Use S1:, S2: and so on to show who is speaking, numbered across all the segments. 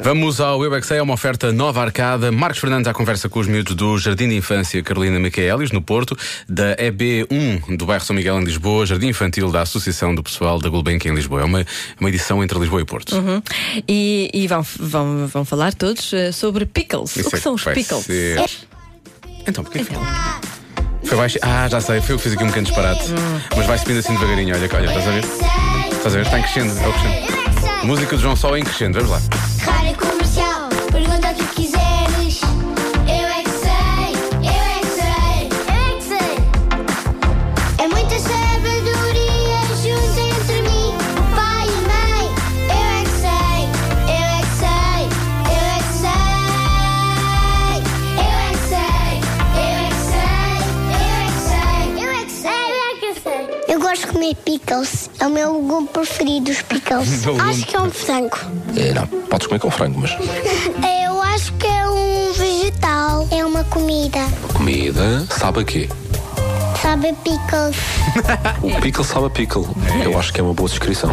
S1: Vamos ao Eu é que Sei, é uma oferta nova arcada. Marcos Fernandes à conversa com os miúdos do Jardim de Infância Carolina Micaelis, no Porto, da EB1 do bairro São Miguel, em Lisboa, Jardim Infantil da Associação do Pessoal da Gulbenkian, em Lisboa. É uma, uma edição entre Lisboa e Porto.
S2: Uhum. E, e vão, vão, vão falar todos eh, sobre pickles.
S1: Isso
S2: o que
S1: é
S2: são os
S1: vai
S2: pickles? É
S1: ser- Então, porque
S2: Então,
S1: foi baixo? Ah, já sei, foi, eu fiz aqui um pequeno disparate. Mas vai subindo assim devagarinho, olha, olha, estás a ver? Estás a ver? Está em crescendo, é o crescendo. Música de João Sol em crescendo, vamos lá.
S3: Rádio comercial, pergunta o que quiseres. Eu é que sei, eu é que sei, eu é que sei. É muita sabedoria junto entre mim, o pai e a mãe. Eu é que sei, eu é que sei, eu é que sei. Eu é que sei, eu é que sei, eu é que sei, eu é que sei, eu é que sei. Eu gosto de comer pickles, é o meu legume preferido, os pickles.
S1: Legume. Acho
S3: que é um frango.
S4: É, não, podes comer com frango, mas
S3: Eu acho que é um vegetal. É uma comida.
S4: comida sabe a quê?
S3: Sabe pickles.
S4: O pickle sabe a pickle. Eu acho que é uma boa descrição.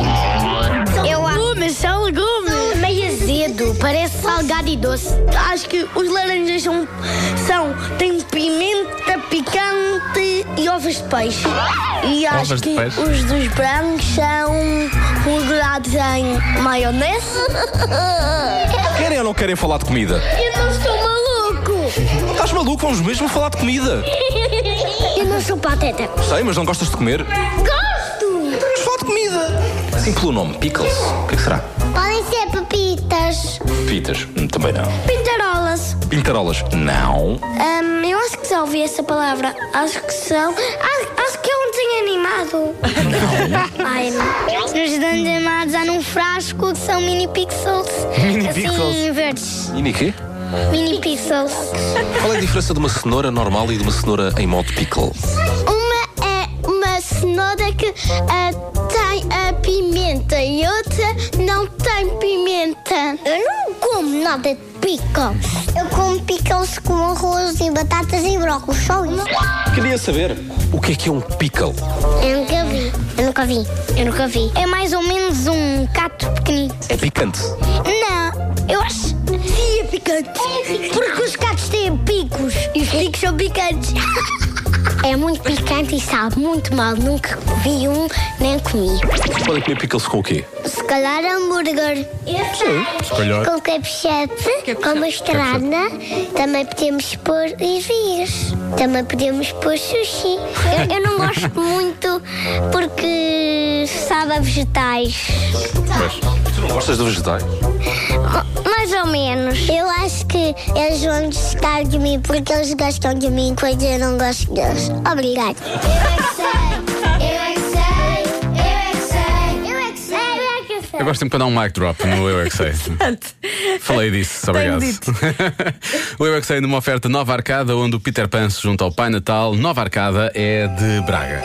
S3: Eu legumes, são legumes. Meio azedo, parece salgado e doce.
S5: Acho que os laranjas são, são têm pimenta picante e ovos de peixe. E acho
S1: Ovos de
S5: que
S1: peixe.
S5: os dos brancos são colorados em maionese.
S4: Querem ou não querem falar de comida?
S5: Eu não sou maluco!
S4: Estás maluco? Vamos mesmo falar de comida.
S5: Eu não sou pateta.
S4: Sei, mas não gostas de comer?
S5: Gosto!
S4: Vamos falar de comida. Assim pelo nome, pickles. O que é que será?
S3: Podem ser pepitas.
S4: Pitas? Hum, Também não.
S5: Pintarolas.
S4: Pintarolas? Não.
S5: Hum, eu acho que já ouvi essa palavra. Acho que são. Acho, acho que é um desenho animado. Ai, não. Os desenhos animados há num frasco que são mini pixels.
S1: Mini
S3: Assim,
S1: pixels.
S5: verdes.
S4: Mini quê?
S5: Mini pixels.
S4: Qual é a diferença de uma cenoura normal e de uma cenoura em modo pickle?
S3: Uma é uma cenoura que ah, tem a pimenta e outra não tem pimenta. Eu não como nada de pickles. Eu como pickles com arroz e batatas e brócolis, só isso.
S4: Queria saber o que é que é um pickle?
S3: Eu nunca vi. Eu nunca vi. Eu nunca vi. É mais ou menos um cato pequenino.
S4: É picante.
S3: Não, eu acho.
S5: E é picante. Porque os gatos têm picos. E os picos são picantes.
S3: É muito picante e sabe muito mal. Nunca vi um, nem comi.
S4: Podem comer pickles com o quê?
S3: Se calhar hambúrguer.
S1: Se calhar.
S3: Com ketchup, com mostarda. Também podemos pôr ervilhas. Também podemos pôr sushi. Eu, eu não gosto muito porque sabe a vegetais.
S4: Tu não gostas de vegetais?
S3: Oh, Mais ou menos. Eu acho que eles vão gostar de mim porque eles gostam de mim quando eu não gosto deles. Obrigada. é Eu é que sei, eu é que sei, eu é que sei, eu é que sei.
S1: Eu gosto sempre de dar um mic drop no Eu é que Sei.
S2: portanto,
S1: Falei disso, obrigado.
S2: dito.
S1: o Eu é que sei numa oferta nova arcada, onde o Peter Pan se junta ao Pai Natal. Nova arcada é de Braga.